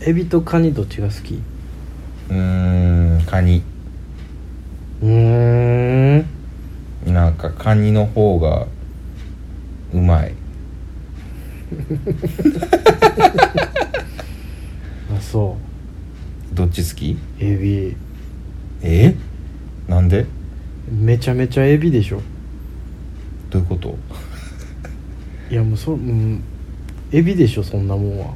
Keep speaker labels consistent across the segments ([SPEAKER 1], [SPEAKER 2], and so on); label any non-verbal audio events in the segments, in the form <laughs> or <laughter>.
[SPEAKER 1] エビとカニどっちが好き
[SPEAKER 2] うーんカニ
[SPEAKER 1] うーん
[SPEAKER 2] なんかカニの方がうまい
[SPEAKER 1] あそ
[SPEAKER 2] どっち好き
[SPEAKER 1] うエビ
[SPEAKER 2] えなんで
[SPEAKER 1] めちゃめちゃエビでしょ
[SPEAKER 2] どういうこと
[SPEAKER 1] いやもうそうんエビでしょそんなもんは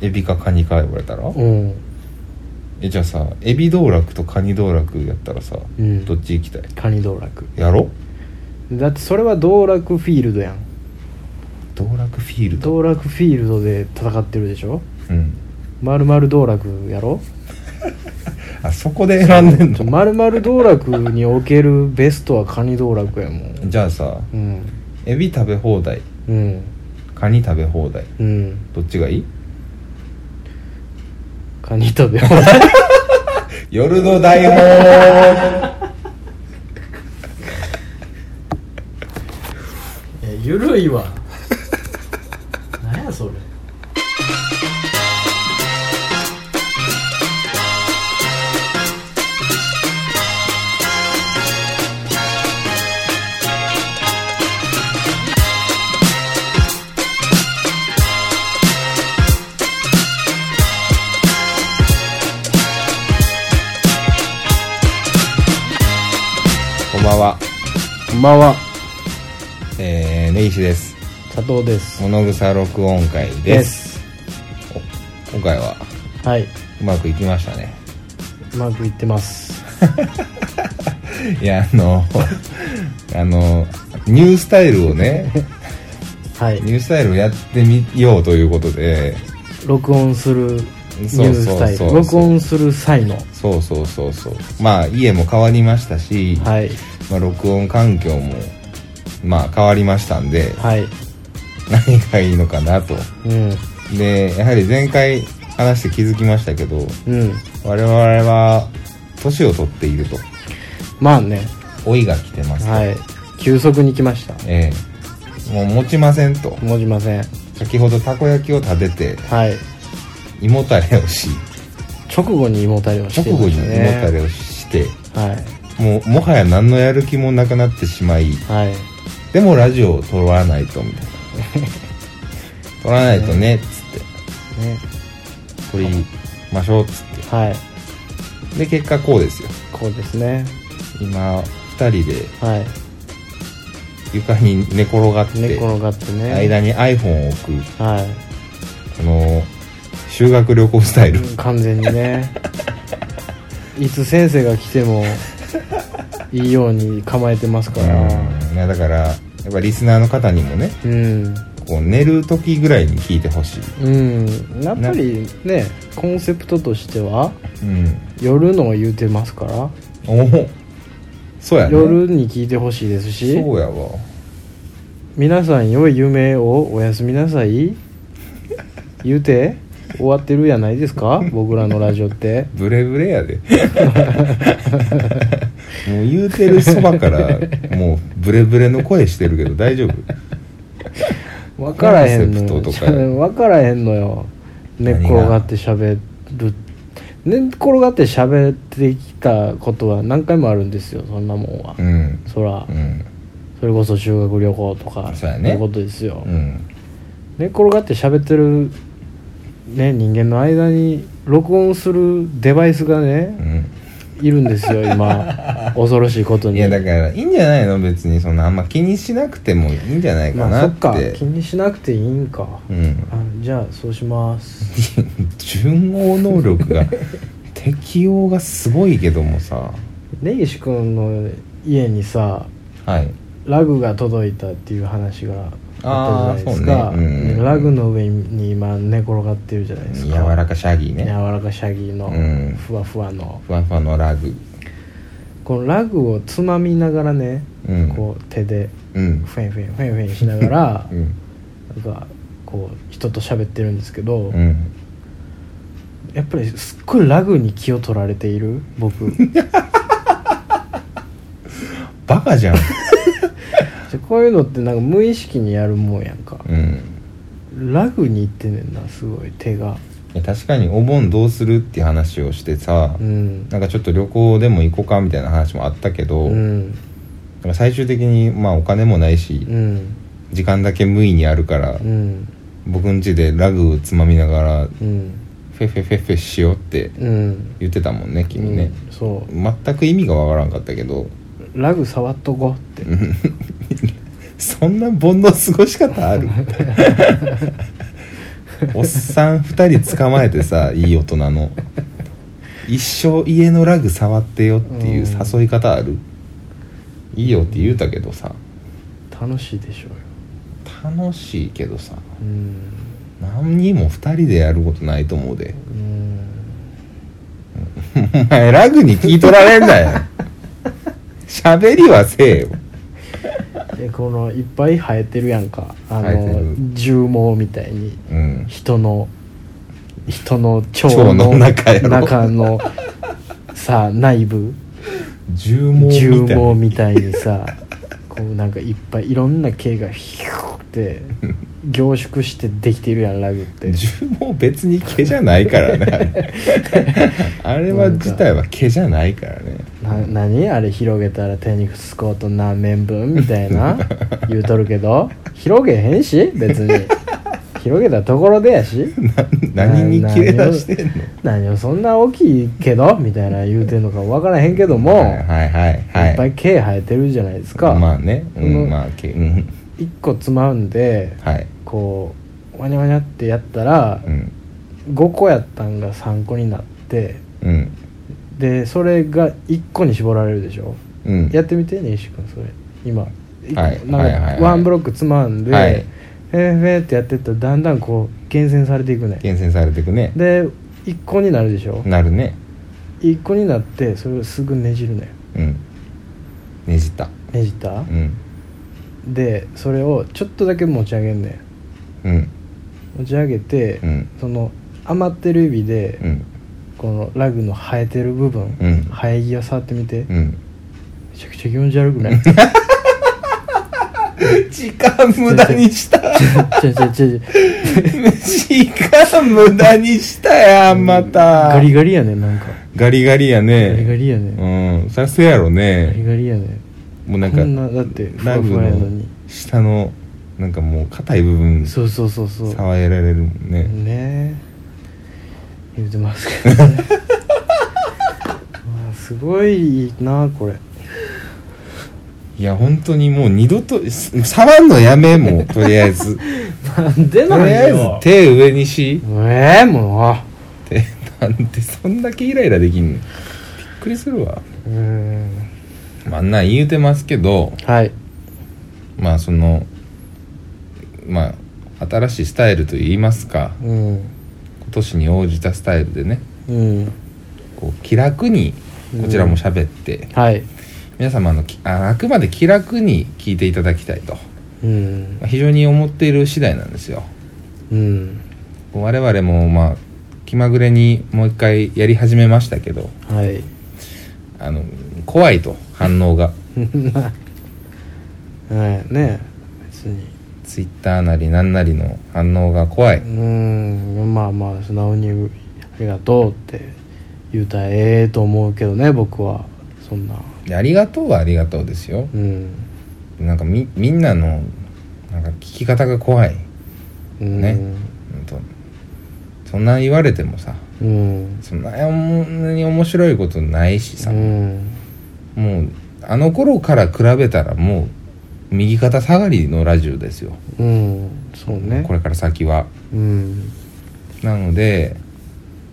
[SPEAKER 2] エビかカニか言われたら
[SPEAKER 1] うん
[SPEAKER 2] えじゃあさエビ道楽とカニ道楽やったらさ、
[SPEAKER 1] うん
[SPEAKER 2] どっち行きたい
[SPEAKER 1] カニ道楽
[SPEAKER 2] やろ
[SPEAKER 1] だってそれは道楽フィールドやん
[SPEAKER 2] 道楽フィールド
[SPEAKER 1] 道楽フィールドで戦ってるでしょ
[SPEAKER 2] うん
[SPEAKER 1] まるまる道楽やろ
[SPEAKER 2] あそこで選んでんの
[SPEAKER 1] まるまる道楽におけるベストはカニ道楽やもん
[SPEAKER 2] じゃあさ
[SPEAKER 1] うん
[SPEAKER 2] エビ食べ放題
[SPEAKER 1] うん
[SPEAKER 2] カニ食べ放題
[SPEAKER 1] うん
[SPEAKER 2] どっちがいい
[SPEAKER 1] カニ食べ放題
[SPEAKER 2] 夜の大砲
[SPEAKER 1] ゆるいわ <laughs> 何やそれ
[SPEAKER 2] こんばんは
[SPEAKER 1] こんばんは
[SPEAKER 2] えー、根岸です
[SPEAKER 1] 佐藤です
[SPEAKER 2] 物草録音会ですお今回は
[SPEAKER 1] ですはいう
[SPEAKER 2] まくいきましたね
[SPEAKER 1] うまくいってます
[SPEAKER 2] いやあの <laughs> あのニュースタイル
[SPEAKER 1] <laughs>
[SPEAKER 2] をね
[SPEAKER 1] はい
[SPEAKER 2] ニュースタイルをやってみようということで
[SPEAKER 1] 録音するニュースタイ
[SPEAKER 2] そうそうそうそ
[SPEAKER 1] ル
[SPEAKER 2] う
[SPEAKER 1] 録音する際の
[SPEAKER 2] そうそうそうそうまあ家も変わりましたし、
[SPEAKER 1] はい
[SPEAKER 2] まあ、録音環境もまあ変わりましたんで
[SPEAKER 1] はい
[SPEAKER 2] 何がいいのかなと
[SPEAKER 1] うん
[SPEAKER 2] でやはり前回話して気づきましたけど
[SPEAKER 1] うん
[SPEAKER 2] 我々は年を取っていると
[SPEAKER 1] まあね
[SPEAKER 2] 老いが来てますと、
[SPEAKER 1] はい急速に来ました
[SPEAKER 2] ええもう持ちませんと
[SPEAKER 1] 文字ません
[SPEAKER 2] 先ほどたこ焼きを食べて
[SPEAKER 1] はい
[SPEAKER 2] 胃もたれをし
[SPEAKER 1] 直後に胃もたれをしてい
[SPEAKER 2] 直
[SPEAKER 1] ま
[SPEAKER 2] 後に
[SPEAKER 1] し
[SPEAKER 2] 胃
[SPEAKER 1] た
[SPEAKER 2] も
[SPEAKER 1] ね
[SPEAKER 2] たれをして
[SPEAKER 1] はい
[SPEAKER 2] もうもはや何のやる気もなくなってしまい
[SPEAKER 1] はい
[SPEAKER 2] でもラジオを撮らないとみたいな撮らないとねっつっ
[SPEAKER 1] ね
[SPEAKER 2] て撮りましょうっつっ
[SPEAKER 1] はい
[SPEAKER 2] てで結果こうですよ
[SPEAKER 1] こうですね
[SPEAKER 2] 今2人で
[SPEAKER 1] はい
[SPEAKER 2] 床に寝転がって
[SPEAKER 1] 寝転がってね
[SPEAKER 2] 間に iPhone を置く
[SPEAKER 1] はい
[SPEAKER 2] この修学旅行スタイル
[SPEAKER 1] 完全にねいつ先生が来てもいいように構えてますから
[SPEAKER 2] うんいやだからやっぱリスナーの方にもね
[SPEAKER 1] うん
[SPEAKER 2] こう寝る時ぐらいに聞いてほしい、
[SPEAKER 1] うんやっぱりねコンセプトとしては
[SPEAKER 2] うん、
[SPEAKER 1] 夜の言うてますから、
[SPEAKER 2] おおそうやね
[SPEAKER 1] 夜に聞いてほしいですし
[SPEAKER 2] そうやわ
[SPEAKER 1] 皆さん良い夢をおやすみなさい言うて終わってるやないですか僕らのラジオって
[SPEAKER 2] ブレブレやで <laughs> もう言うてるそばからもうブレブレの声してるけど大丈夫
[SPEAKER 1] 分からへんの
[SPEAKER 2] コン
[SPEAKER 1] よ <laughs>
[SPEAKER 2] セプトとか
[SPEAKER 1] 分からへんのよ寝っ転がって喋る寝っ転がって喋ってきたことは何回もあるんですよそんなもんは、
[SPEAKER 2] うん
[SPEAKER 1] そら、
[SPEAKER 2] うん
[SPEAKER 1] それこそ修学旅行とか
[SPEAKER 2] そうやね
[SPEAKER 1] いうことですよ、
[SPEAKER 2] うん
[SPEAKER 1] 寝っ転がって喋ってるね人間の間に録音するデバイスが
[SPEAKER 2] う
[SPEAKER 1] ね、
[SPEAKER 2] ん
[SPEAKER 1] いるんですよ今
[SPEAKER 2] <laughs>
[SPEAKER 1] 恐ろしいことに
[SPEAKER 2] いやだからいいんじゃないの別にそんなあんま気にしなくてもいいんじゃないか
[SPEAKER 1] まあ
[SPEAKER 2] な
[SPEAKER 1] そ
[SPEAKER 2] っ、
[SPEAKER 1] ってか気にしなくていいんか、
[SPEAKER 2] うん
[SPEAKER 1] あじゃあそうします
[SPEAKER 2] 順応能
[SPEAKER 1] <laughs>
[SPEAKER 2] 力が適応がすごいけどもさ
[SPEAKER 1] 根岸君の家にさ
[SPEAKER 2] はい
[SPEAKER 1] ラグが届いたっていう話があったじゃないです
[SPEAKER 2] あ
[SPEAKER 1] か、
[SPEAKER 2] ーそうねうん
[SPEAKER 1] ラグの上に今寝転がってるじゃないです
[SPEAKER 2] 柔
[SPEAKER 1] から
[SPEAKER 2] かシャギー
[SPEAKER 1] 柔
[SPEAKER 2] ね
[SPEAKER 1] らかシャギの
[SPEAKER 2] うん
[SPEAKER 1] ふわふわの、
[SPEAKER 2] ふわふわのラグ
[SPEAKER 1] このラグをつまみながらね、
[SPEAKER 2] うん
[SPEAKER 1] こう手で
[SPEAKER 2] うん
[SPEAKER 1] フェンフェンフェンフェンしながら
[SPEAKER 2] うん
[SPEAKER 1] なんかこう人と喋ってるんですけど、
[SPEAKER 2] うん
[SPEAKER 1] やっぱりすっごいラグに気を取られている
[SPEAKER 2] <laughs>
[SPEAKER 1] 僕
[SPEAKER 2] バカじゃん
[SPEAKER 1] でこういうのってなんか無意識にやるもんやんか
[SPEAKER 2] うん
[SPEAKER 1] ラグにいってんねんなすごい手が
[SPEAKER 2] いや確かにお盆どうするっていう話をしてさ、
[SPEAKER 1] うん
[SPEAKER 2] なんかちょっと旅行でも行こうかみたいな話もあったけど、
[SPEAKER 1] う
[SPEAKER 2] なん
[SPEAKER 1] ん
[SPEAKER 2] か最終的にまあお金もないし、
[SPEAKER 1] うん
[SPEAKER 2] 時間だけ無意にあるから、
[SPEAKER 1] うん
[SPEAKER 2] 僕ん家でラグつまみながら
[SPEAKER 1] うん
[SPEAKER 2] フェフェフェフェしようって
[SPEAKER 1] うん
[SPEAKER 2] 言ってたもんね君ね、
[SPEAKER 1] うんそ
[SPEAKER 2] 全く意味がわからんかったけど
[SPEAKER 1] うラグ触っとこうって
[SPEAKER 2] そんな煩悩過ごし方あるおっさん2人捕まえてさいい大人の一生家のラグ触ってよっていう
[SPEAKER 1] うん
[SPEAKER 2] 誘い方ある、いいよって言うたけどさ
[SPEAKER 1] 楽しいでしょうよ
[SPEAKER 2] 楽しいけどさ
[SPEAKER 1] うん
[SPEAKER 2] 何にも2人でやることないと思うで
[SPEAKER 1] うん
[SPEAKER 2] お前ラグに聞いとられんなよ <laughs> 喋りはせえよ
[SPEAKER 1] でこのいっぱい生えてるやんかあ
[SPEAKER 2] 生えてる
[SPEAKER 1] の重毛みたいに
[SPEAKER 2] うん
[SPEAKER 1] 人の人の腸
[SPEAKER 2] 腸の
[SPEAKER 1] の
[SPEAKER 2] 中やろ
[SPEAKER 1] 中のさ内部
[SPEAKER 2] 重毛
[SPEAKER 1] 重
[SPEAKER 2] みたい
[SPEAKER 1] 毛みたいに
[SPEAKER 2] <laughs>
[SPEAKER 1] さこうなんかいっぱいいろんな毛がヒューって凝縮してできてるやんラグって
[SPEAKER 2] 重毛別に毛じゃないからね
[SPEAKER 1] <laughs>
[SPEAKER 2] あれは自体は毛じゃないからね
[SPEAKER 1] な何あれ広げたら手にスコート何面分みたい
[SPEAKER 2] <laughs>
[SPEAKER 1] な言うとるけど広げへんし別に広げたところでやし
[SPEAKER 2] な <laughs> 何に切れ出してんの
[SPEAKER 1] 何をそんな大きいけどみたいな言うてんのか分からへんけども、
[SPEAKER 2] はいはいはいはい
[SPEAKER 1] いっぱい毛生えてるじゃないですか、
[SPEAKER 2] まあねう
[SPEAKER 1] この
[SPEAKER 2] んまあ毛うん
[SPEAKER 1] 一個つまんで
[SPEAKER 2] はい
[SPEAKER 1] こうワニャワニャってやったら
[SPEAKER 2] うん
[SPEAKER 1] 5個やったんが3個になって
[SPEAKER 2] うん
[SPEAKER 1] でそれが1個に絞られるでしょ、
[SPEAKER 2] うん
[SPEAKER 1] やってみてね石君それ今、い
[SPEAKER 2] はい
[SPEAKER 1] なんか
[SPEAKER 2] はいはいはい
[SPEAKER 1] ワンブロックつまんで、
[SPEAKER 2] はい
[SPEAKER 1] フェーフェーってやってったらだんだんこう厳選されていくね
[SPEAKER 2] 厳選されてくね
[SPEAKER 1] で1個になるでしょ
[SPEAKER 2] なるね
[SPEAKER 1] 1個になってそれをすぐねじるね
[SPEAKER 2] うんねじった
[SPEAKER 1] ねじった、
[SPEAKER 2] うん
[SPEAKER 1] でそれをちょっとだけ持ち上げんね
[SPEAKER 2] うん
[SPEAKER 1] 持ち上げて、
[SPEAKER 2] うん
[SPEAKER 1] その余ってる指で、
[SPEAKER 2] うん
[SPEAKER 1] このラグの生えてる部分、
[SPEAKER 2] うん
[SPEAKER 1] 生え際触ってみて、め
[SPEAKER 2] うん
[SPEAKER 1] ちゃくちゃ気持ち悪くない
[SPEAKER 2] 時間無駄にした
[SPEAKER 1] ちょちょちょち
[SPEAKER 2] 時間無駄にしたやんま
[SPEAKER 1] ょ
[SPEAKER 2] た
[SPEAKER 1] ガリガリやねなんか
[SPEAKER 2] ガリガリやね
[SPEAKER 1] ガリガリやね、
[SPEAKER 2] うんさせやろ
[SPEAKER 1] ガリ
[SPEAKER 2] ね
[SPEAKER 1] ガリやね
[SPEAKER 2] もうなんか
[SPEAKER 1] こんなだってふわふわやのに
[SPEAKER 2] 下のなんかもう硬い部分
[SPEAKER 1] そうそうそうそう
[SPEAKER 2] 触れられるもんね
[SPEAKER 1] ねえ言うてますけどねまあすごいなこれ
[SPEAKER 2] いや本当にもう二度とす触んのやめもうとりあえ
[SPEAKER 1] <laughs>
[SPEAKER 2] ずと
[SPEAKER 1] なんで
[SPEAKER 2] り
[SPEAKER 1] なん
[SPEAKER 2] あえず
[SPEAKER 1] よ
[SPEAKER 2] 手上にし
[SPEAKER 1] ええもう
[SPEAKER 2] 手なんてそんだけイライラできんのびっくりするわ
[SPEAKER 1] うーん
[SPEAKER 2] まああんなん言うてますけど
[SPEAKER 1] はい
[SPEAKER 2] まあそのまあ新しいスタイルと言いますか
[SPEAKER 1] うん
[SPEAKER 2] 今年に応じたスタイルでね
[SPEAKER 1] うん
[SPEAKER 2] こう気楽にこちらも喋って、
[SPEAKER 1] はい
[SPEAKER 2] 皆様のきああくまで気楽に聞いていただきたいと
[SPEAKER 1] うん
[SPEAKER 2] まあ非常に思っている次第なんですよ
[SPEAKER 1] うん
[SPEAKER 2] こう我々もまあ気まぐれにもう一回やり始めましたけど
[SPEAKER 1] はい <laughs>
[SPEAKER 2] あの怖いと反応が
[SPEAKER 1] はいねえ別に
[SPEAKER 2] ツイッターなりなんなりの反応が怖いう
[SPEAKER 1] ーんまあまあ素直に「ありがとう」って言うたらええと思うけどね僕はそんな
[SPEAKER 2] でありがとうはありがとうですよ
[SPEAKER 1] うん、
[SPEAKER 2] なんかみみんなのなんか聞き方が怖い
[SPEAKER 1] うん、
[SPEAKER 2] ねうんとそんな言われてもさ
[SPEAKER 1] うん
[SPEAKER 2] そんなに面白いことないしさ、
[SPEAKER 1] うん
[SPEAKER 2] もうあの頃から比べたらもう右肩下がりのラジオですよ、
[SPEAKER 1] うんそうね
[SPEAKER 2] これから先は
[SPEAKER 1] うん
[SPEAKER 2] なので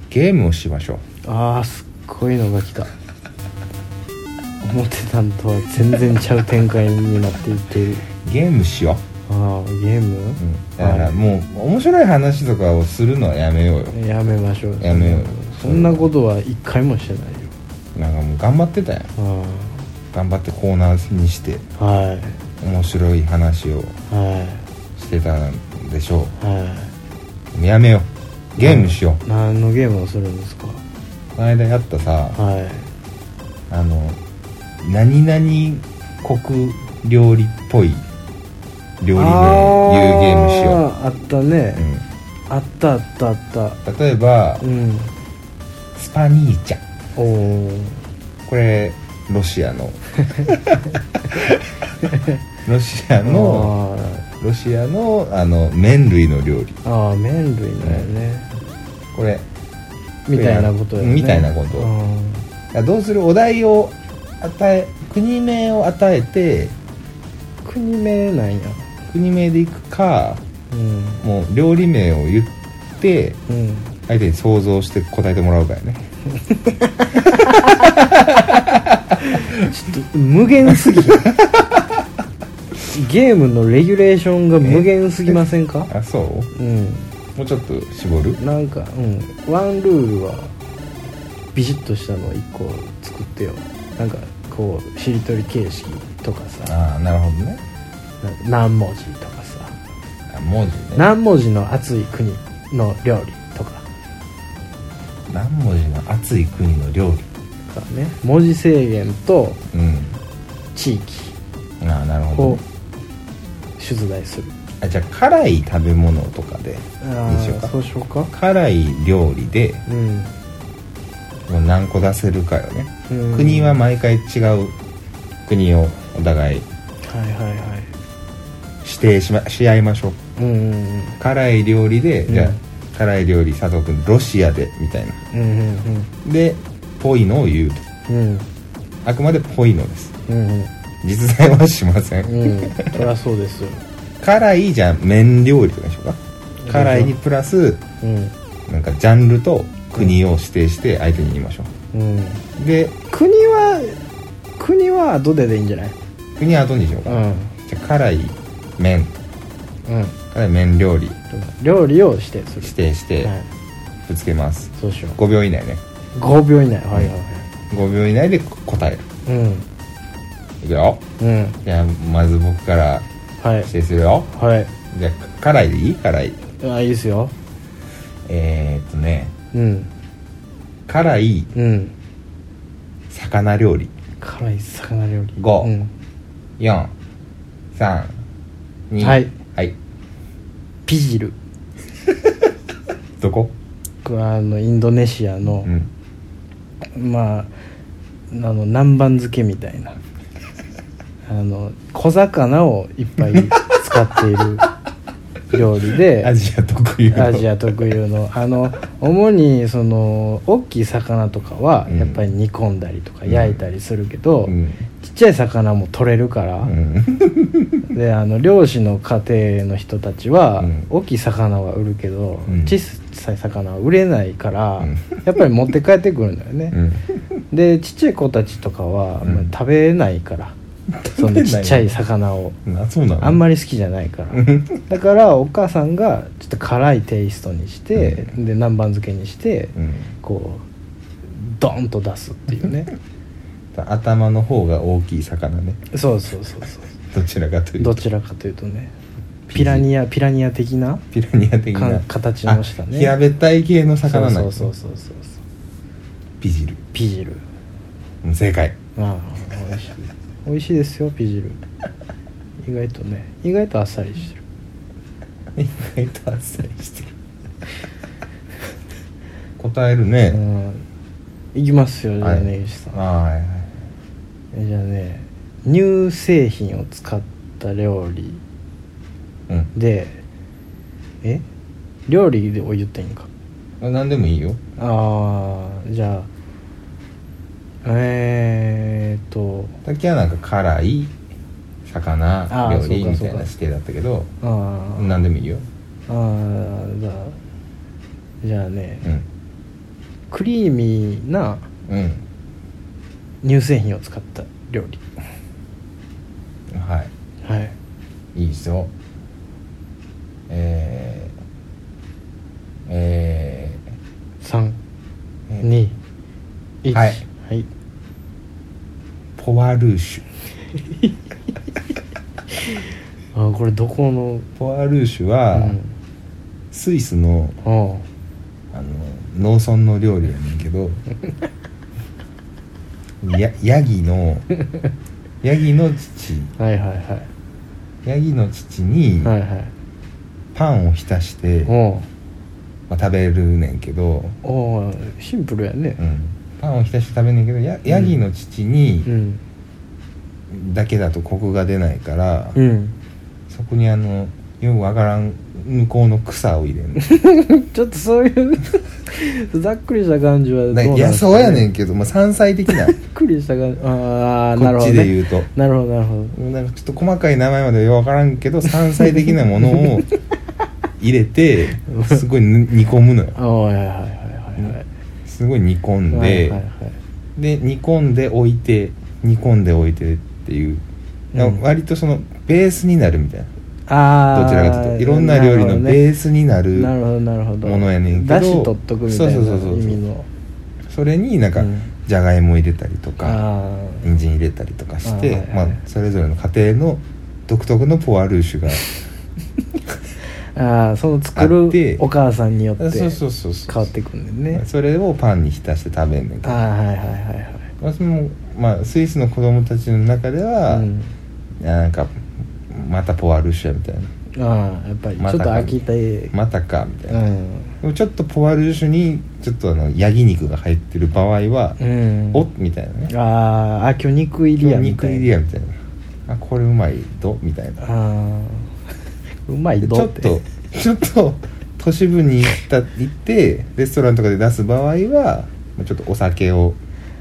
[SPEAKER 2] ゲームをしましょ
[SPEAKER 1] あーすっごいのが来た思ってたんとは全然ちゃう展開になっていっている
[SPEAKER 2] うゲームしよ
[SPEAKER 1] ああゲーム、
[SPEAKER 2] う、うん、だからもう面白い話とかをするのはやめようよ
[SPEAKER 1] やめましょう
[SPEAKER 2] やめよう
[SPEAKER 1] そんなことは一回もしてないよ
[SPEAKER 2] なんかもう頑張ってたやん
[SPEAKER 1] あ
[SPEAKER 2] 頑張ってコーナーにして
[SPEAKER 1] あはい
[SPEAKER 2] 面白い話を
[SPEAKER 1] は
[SPEAKER 2] してたんでしょ
[SPEAKER 1] いは
[SPEAKER 2] うやめようゲームしよ
[SPEAKER 1] い何のゲームをするんですか
[SPEAKER 2] うこの間やったさ
[SPEAKER 1] は
[SPEAKER 2] あの何々国料理っぽい
[SPEAKER 1] い
[SPEAKER 2] 料理の言うゲームしよ
[SPEAKER 1] あーあったね
[SPEAKER 2] う、うん、
[SPEAKER 1] あったあったあった
[SPEAKER 2] 例えば、
[SPEAKER 1] うん
[SPEAKER 2] スパニーチャ
[SPEAKER 1] おお
[SPEAKER 2] これロシアのロシアのロシアのあの麺類の料理
[SPEAKER 1] あーあー麺類だよね、
[SPEAKER 2] これ
[SPEAKER 1] みたいなことだよね
[SPEAKER 2] みたいなこと
[SPEAKER 1] うん
[SPEAKER 2] どうするお題を与え国名を与えて
[SPEAKER 1] 国名なんや
[SPEAKER 2] 国名でいくか
[SPEAKER 1] うん
[SPEAKER 2] もう料理名を言って
[SPEAKER 1] うん
[SPEAKER 2] 相手に想像して答えてもらうからね
[SPEAKER 1] ちょっと無限すぎゲームのレギュレーションが無限すぎませんか
[SPEAKER 2] あそ
[SPEAKER 1] う
[SPEAKER 2] う
[SPEAKER 1] ん
[SPEAKER 2] もうちょっと絞る
[SPEAKER 1] なんかうんワンルールはビシッとしたのを1個作ってよなんかこうしりとり形式とかさ
[SPEAKER 2] ああなるほどね
[SPEAKER 1] なんか何文字とかさ
[SPEAKER 2] あ文字ね
[SPEAKER 1] 何文字の熱い国の料理とか
[SPEAKER 2] 何文字の熱い国の料理
[SPEAKER 1] さね文字制限と
[SPEAKER 2] うん
[SPEAKER 1] 地域
[SPEAKER 2] ああなるほど
[SPEAKER 1] を
[SPEAKER 2] ね
[SPEAKER 1] 出題する
[SPEAKER 2] あじゃあ辛い食べ物とかで
[SPEAKER 1] あ
[SPEAKER 2] にしよう
[SPEAKER 1] あ
[SPEAKER 2] か
[SPEAKER 1] そうしようか
[SPEAKER 2] 辛い料理で
[SPEAKER 1] うん
[SPEAKER 2] もう何個出せるかよね、
[SPEAKER 1] うん
[SPEAKER 2] 国は毎回違う国をお互い
[SPEAKER 1] はいはいはい
[SPEAKER 2] 指定し,、ま、し合いましょう
[SPEAKER 1] うんうん
[SPEAKER 2] 辛い料理で、
[SPEAKER 1] うん
[SPEAKER 2] じゃあ辛い料理佐藤君ロシアでみたいな
[SPEAKER 1] うんうん
[SPEAKER 2] でぽいのを言うと
[SPEAKER 1] うん
[SPEAKER 2] あくまでぽいのです
[SPEAKER 1] うん
[SPEAKER 2] 実在はしません、
[SPEAKER 1] うんうんそりゃそうですよ
[SPEAKER 2] 辛いじゃあ麺料理とかにしようか辛いにプラス
[SPEAKER 1] うん
[SPEAKER 2] なんかジャンルと国を指定して相手に言いましょ
[SPEAKER 1] うん
[SPEAKER 2] うで
[SPEAKER 1] 国は国は後ででいいんじゃない
[SPEAKER 2] 国は後にしようか、じゃあ辛い麺と
[SPEAKER 1] うんうん
[SPEAKER 2] 辛い麺料理
[SPEAKER 1] 料理を指定する
[SPEAKER 2] 指定して
[SPEAKER 1] はい
[SPEAKER 2] ぶつけます、
[SPEAKER 1] そうしよ
[SPEAKER 2] 5秒以内ね
[SPEAKER 1] う5秒以内はいはいは
[SPEAKER 2] 5秒以内で答える
[SPEAKER 1] いうん
[SPEAKER 2] いくよ
[SPEAKER 1] うん
[SPEAKER 2] じゃあまず僕から
[SPEAKER 1] はい
[SPEAKER 2] 指定するよ
[SPEAKER 1] はい
[SPEAKER 2] じゃあ辛いでいい辛い
[SPEAKER 1] あいいですよ
[SPEAKER 2] えー、っとね
[SPEAKER 1] うん
[SPEAKER 2] 辛い
[SPEAKER 1] うん
[SPEAKER 2] 魚料理
[SPEAKER 1] 辛い魚料理
[SPEAKER 2] 五
[SPEAKER 1] うん
[SPEAKER 2] 432
[SPEAKER 1] はい
[SPEAKER 2] はい
[SPEAKER 1] ピジル
[SPEAKER 2] どこ
[SPEAKER 1] あのインドネシアの
[SPEAKER 2] うん
[SPEAKER 1] まああの南蛮漬けみたいなあの小魚をいっぱい使っている料理
[SPEAKER 2] <laughs>
[SPEAKER 1] で
[SPEAKER 2] アジア特有の
[SPEAKER 1] アジア特有のあの主にその大きい魚とかは
[SPEAKER 2] うん
[SPEAKER 1] やっぱり煮込んだりとか焼いたりするけど、
[SPEAKER 2] うん
[SPEAKER 1] ちっちゃい魚も取れるから、
[SPEAKER 2] うん
[SPEAKER 1] であの漁師の家庭の人たちは、
[SPEAKER 2] うん
[SPEAKER 1] 大きい魚は売るけど、
[SPEAKER 2] うん
[SPEAKER 1] 小さい魚は売れないから、
[SPEAKER 2] うん
[SPEAKER 1] やっぱり持って帰ってくるんだよ
[SPEAKER 2] <laughs>
[SPEAKER 1] ね、
[SPEAKER 2] うん
[SPEAKER 1] でちっちゃい子たちとかは、
[SPEAKER 2] うん
[SPEAKER 1] まあ食べない
[SPEAKER 2] <laughs>
[SPEAKER 1] からそ
[SPEAKER 2] 食
[SPEAKER 1] の
[SPEAKER 2] べない
[SPEAKER 1] ちっちゃい魚を
[SPEAKER 2] なそうなの
[SPEAKER 1] あんまり好きじゃないから
[SPEAKER 2] うん
[SPEAKER 1] だからお母さんがちょっと辛いテイストにして、
[SPEAKER 2] う
[SPEAKER 1] で南蛮漬けにして、
[SPEAKER 2] うん
[SPEAKER 1] こうドーンと出すっていう
[SPEAKER 2] <laughs>
[SPEAKER 1] ね
[SPEAKER 2] <laughs> 頭の方が大きい魚ね
[SPEAKER 1] そうそうそうそう
[SPEAKER 2] どちらかという
[SPEAKER 1] ど
[SPEAKER 2] と
[SPEAKER 1] ちらかというとねピラニアピラニア的な
[SPEAKER 2] ピラニア的な
[SPEAKER 1] か形のしたね
[SPEAKER 2] あ平べったい系の魚なんだ
[SPEAKER 1] そうそうそうそうそう
[SPEAKER 2] ピジル
[SPEAKER 1] ピジル
[SPEAKER 2] うん正解
[SPEAKER 1] ああ美味しい美味しいですよピジル意外とね意外とあっさりしてる
[SPEAKER 2] 意外とあっさりしてる答えるね、
[SPEAKER 1] うんいきますよじゃあ
[SPEAKER 2] はい
[SPEAKER 1] 根岸さん、
[SPEAKER 2] はいはい
[SPEAKER 1] えじゃあね乳製品を使った料理
[SPEAKER 2] うん
[SPEAKER 1] でえ料理を言っていいんか
[SPEAKER 2] あ何でもいいよ
[SPEAKER 1] ああじゃあえー、っと
[SPEAKER 2] 滝はなんか辛い魚
[SPEAKER 1] あー
[SPEAKER 2] 料理
[SPEAKER 1] そうか
[SPEAKER 2] み
[SPEAKER 1] そうか
[SPEAKER 2] たいな指定だったけど
[SPEAKER 1] あー
[SPEAKER 2] 何でもいいよ
[SPEAKER 1] あーじゃあじゃあね、
[SPEAKER 2] うん
[SPEAKER 1] クリーミーな
[SPEAKER 2] うん
[SPEAKER 1] 乳製品を使った料理
[SPEAKER 2] は
[SPEAKER 1] はい
[SPEAKER 2] いいいですよえー、え
[SPEAKER 1] 321
[SPEAKER 2] ー、えー
[SPEAKER 1] はいい、はい、
[SPEAKER 2] ポワルーシュ
[SPEAKER 1] あーこれどこの
[SPEAKER 2] ポワルーシュは、スイスの
[SPEAKER 1] うん、ああ
[SPEAKER 2] あの農村の料理やねんけどやヤ
[SPEAKER 1] <laughs>
[SPEAKER 2] ギのヤギの父
[SPEAKER 1] はいはいは
[SPEAKER 2] ヤギの父に
[SPEAKER 1] いはいはい
[SPEAKER 2] パンを浸して
[SPEAKER 1] おう
[SPEAKER 2] まあ、食べるねんけど、
[SPEAKER 1] おおシンプルやね
[SPEAKER 2] うん、パンを浸して食べんねんけどやヤギの乳に
[SPEAKER 1] うん
[SPEAKER 2] だけだとコクが出ないから、
[SPEAKER 1] うん、
[SPEAKER 2] そこにあのよくわからん向こうの草を
[SPEAKER 1] <laughs>
[SPEAKER 2] 入れる
[SPEAKER 1] ちょっとそういう <laughs> ざっくりした感じはどうなん
[SPEAKER 2] い
[SPEAKER 1] で
[SPEAKER 2] や
[SPEAKER 1] すか
[SPEAKER 2] そうやねん
[SPEAKER 1] ざ
[SPEAKER 2] けど、まあ、山菜的な <laughs>
[SPEAKER 1] っくりした感じああな
[SPEAKER 2] こ
[SPEAKER 1] るほど、
[SPEAKER 2] っち
[SPEAKER 1] ね、
[SPEAKER 2] で言うと。
[SPEAKER 1] なるほどなるほど
[SPEAKER 2] なんかちょっと細かい名前まではよくわからんけど山菜的なものを入
[SPEAKER 1] <laughs>
[SPEAKER 2] れてすごいぬ煮込むのよ
[SPEAKER 1] ああはいはいはいはいはい
[SPEAKER 2] すごい煮込んで、
[SPEAKER 1] はいはいはい
[SPEAKER 2] で煮込んでおいて煮込んでおいてっていう、
[SPEAKER 1] うん
[SPEAKER 2] 割とそのベースになるみたい
[SPEAKER 1] あ
[SPEAKER 2] な
[SPEAKER 1] あ
[SPEAKER 2] どちらかというといろんな料理のベー
[SPEAKER 1] ス
[SPEAKER 2] スになる
[SPEAKER 1] なるほどなるほど
[SPEAKER 2] ものやねんけど
[SPEAKER 1] だし取っとくみたいな
[SPEAKER 2] そうそうそうそう
[SPEAKER 1] 意味の
[SPEAKER 2] それになんか、
[SPEAKER 1] うん
[SPEAKER 2] じゃがいも入れたりとか
[SPEAKER 1] あ
[SPEAKER 2] 人参入れたりとか
[SPEAKER 1] あ
[SPEAKER 2] して
[SPEAKER 1] ーはいはい
[SPEAKER 2] まあ、それぞれの家庭の独特のポワルーシュが
[SPEAKER 1] ーあーその作
[SPEAKER 2] あって
[SPEAKER 1] るお母さんによって
[SPEAKER 2] そう
[SPEAKER 1] 変
[SPEAKER 2] そうそうそう
[SPEAKER 1] わってくんねんね
[SPEAKER 2] それをパンに浸して食べんねんけ
[SPEAKER 1] ああ
[SPEAKER 2] ど
[SPEAKER 1] はいはいはいはい
[SPEAKER 2] 私も、まあ、スイスの子供たちの中では、
[SPEAKER 1] うん
[SPEAKER 2] いやなんかまたポワルーシュやみたいな
[SPEAKER 1] ああやっぱりちょ
[SPEAKER 2] ま
[SPEAKER 1] ったと
[SPEAKER 2] か
[SPEAKER 1] 飽きたい、
[SPEAKER 2] またかみたいうな、
[SPEAKER 1] ん
[SPEAKER 2] でもちょっとポワルーシュにちょっとあのヤギ肉が入ってる場合は、
[SPEAKER 1] うん
[SPEAKER 2] おっみたいなね
[SPEAKER 1] あーあ今日肉入りやみ
[SPEAKER 2] 肉
[SPEAKER 1] たいな
[SPEAKER 2] 入りやみたいなあこれうまいどみたいな
[SPEAKER 1] あー <laughs> うまい
[SPEAKER 2] で
[SPEAKER 1] ど
[SPEAKER 2] ちょっ
[SPEAKER 1] って
[SPEAKER 2] とちょっと都市部に行った行ってレストランとかで出す場合はまあちょっとお酒を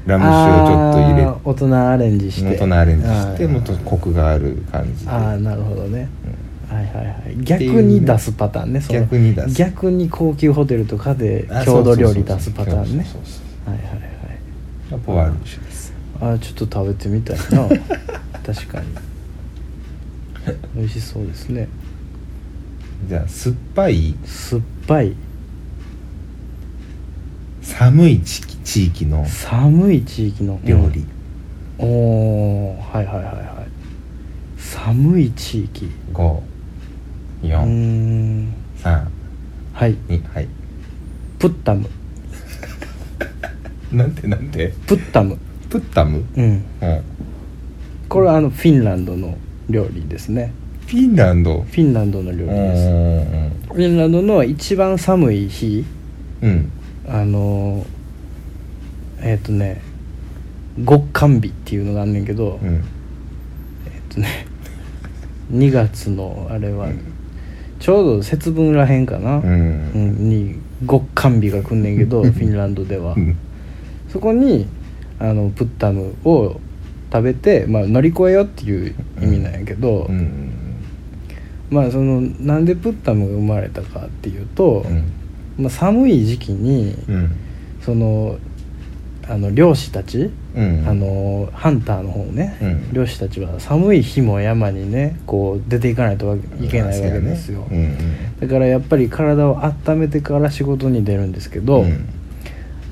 [SPEAKER 2] ラム酒をちょっと入れ
[SPEAKER 1] あー大人アレンジして
[SPEAKER 2] 大人アレンジして
[SPEAKER 1] あー
[SPEAKER 2] もっとコクがある感じで
[SPEAKER 1] ああなるほどね、はいはいはい逆
[SPEAKER 2] っていう
[SPEAKER 1] に
[SPEAKER 2] ね
[SPEAKER 1] 出すパターンねその
[SPEAKER 2] 逆に出す
[SPEAKER 1] 逆に高級ホテルとかで
[SPEAKER 2] あ
[SPEAKER 1] 郷土料
[SPEAKER 2] そうそうそうそう
[SPEAKER 1] 理出すパターンね
[SPEAKER 2] そうそう
[SPEAKER 1] はいはいはい
[SPEAKER 2] そうポワールーシュです
[SPEAKER 1] あーちょっと食べてみたい <laughs> な確かに美味しそうですね
[SPEAKER 2] じゃあ酸っぱい
[SPEAKER 1] 酸っぱい
[SPEAKER 2] 寒い地域地域の
[SPEAKER 1] 寒い地域の
[SPEAKER 2] 料理、
[SPEAKER 1] うんおーはいはいはいはい寒い地域
[SPEAKER 2] 五
[SPEAKER 1] うー
[SPEAKER 2] 四
[SPEAKER 1] ん
[SPEAKER 2] 三
[SPEAKER 1] はい
[SPEAKER 2] 二はい
[SPEAKER 1] プッタム
[SPEAKER 2] なんてなんて
[SPEAKER 1] プッタム
[SPEAKER 2] プッタム
[SPEAKER 1] うん
[SPEAKER 2] うん
[SPEAKER 1] これはあのフィンランドの料理ですね
[SPEAKER 2] フィンランド
[SPEAKER 1] フィンランドの料理
[SPEAKER 2] うん
[SPEAKER 1] ですフィンランドの一番寒い日
[SPEAKER 2] うん
[SPEAKER 1] あのえっ、とね極寒日っていうのがあんねんけど、
[SPEAKER 2] う
[SPEAKER 1] えっ、
[SPEAKER 2] ん
[SPEAKER 1] とね2月のあれは、
[SPEAKER 2] うん
[SPEAKER 1] ちょうど節分らへんかな、
[SPEAKER 2] う
[SPEAKER 1] うんんに極寒日が来んねんけどフィンランドでは、
[SPEAKER 2] うん
[SPEAKER 1] そこにあのプッタムを食べて、まあ、乗り越えようっていう意味なんやけど、
[SPEAKER 2] うん
[SPEAKER 1] まあそのなんでプッタムが生まれたかっていうと、
[SPEAKER 2] うん
[SPEAKER 1] まあ、寒い時期に、
[SPEAKER 2] うん
[SPEAKER 1] そのあの漁師たち、
[SPEAKER 2] うん
[SPEAKER 1] あのハンターの方ね、
[SPEAKER 2] うん
[SPEAKER 1] 漁師たちは寒い日も山にねこう出ていかないといけないわけですよ、
[SPEAKER 2] うん
[SPEAKER 1] だからやっぱり体を温めてから仕事に出るんですけ
[SPEAKER 2] う
[SPEAKER 1] ど、
[SPEAKER 2] ん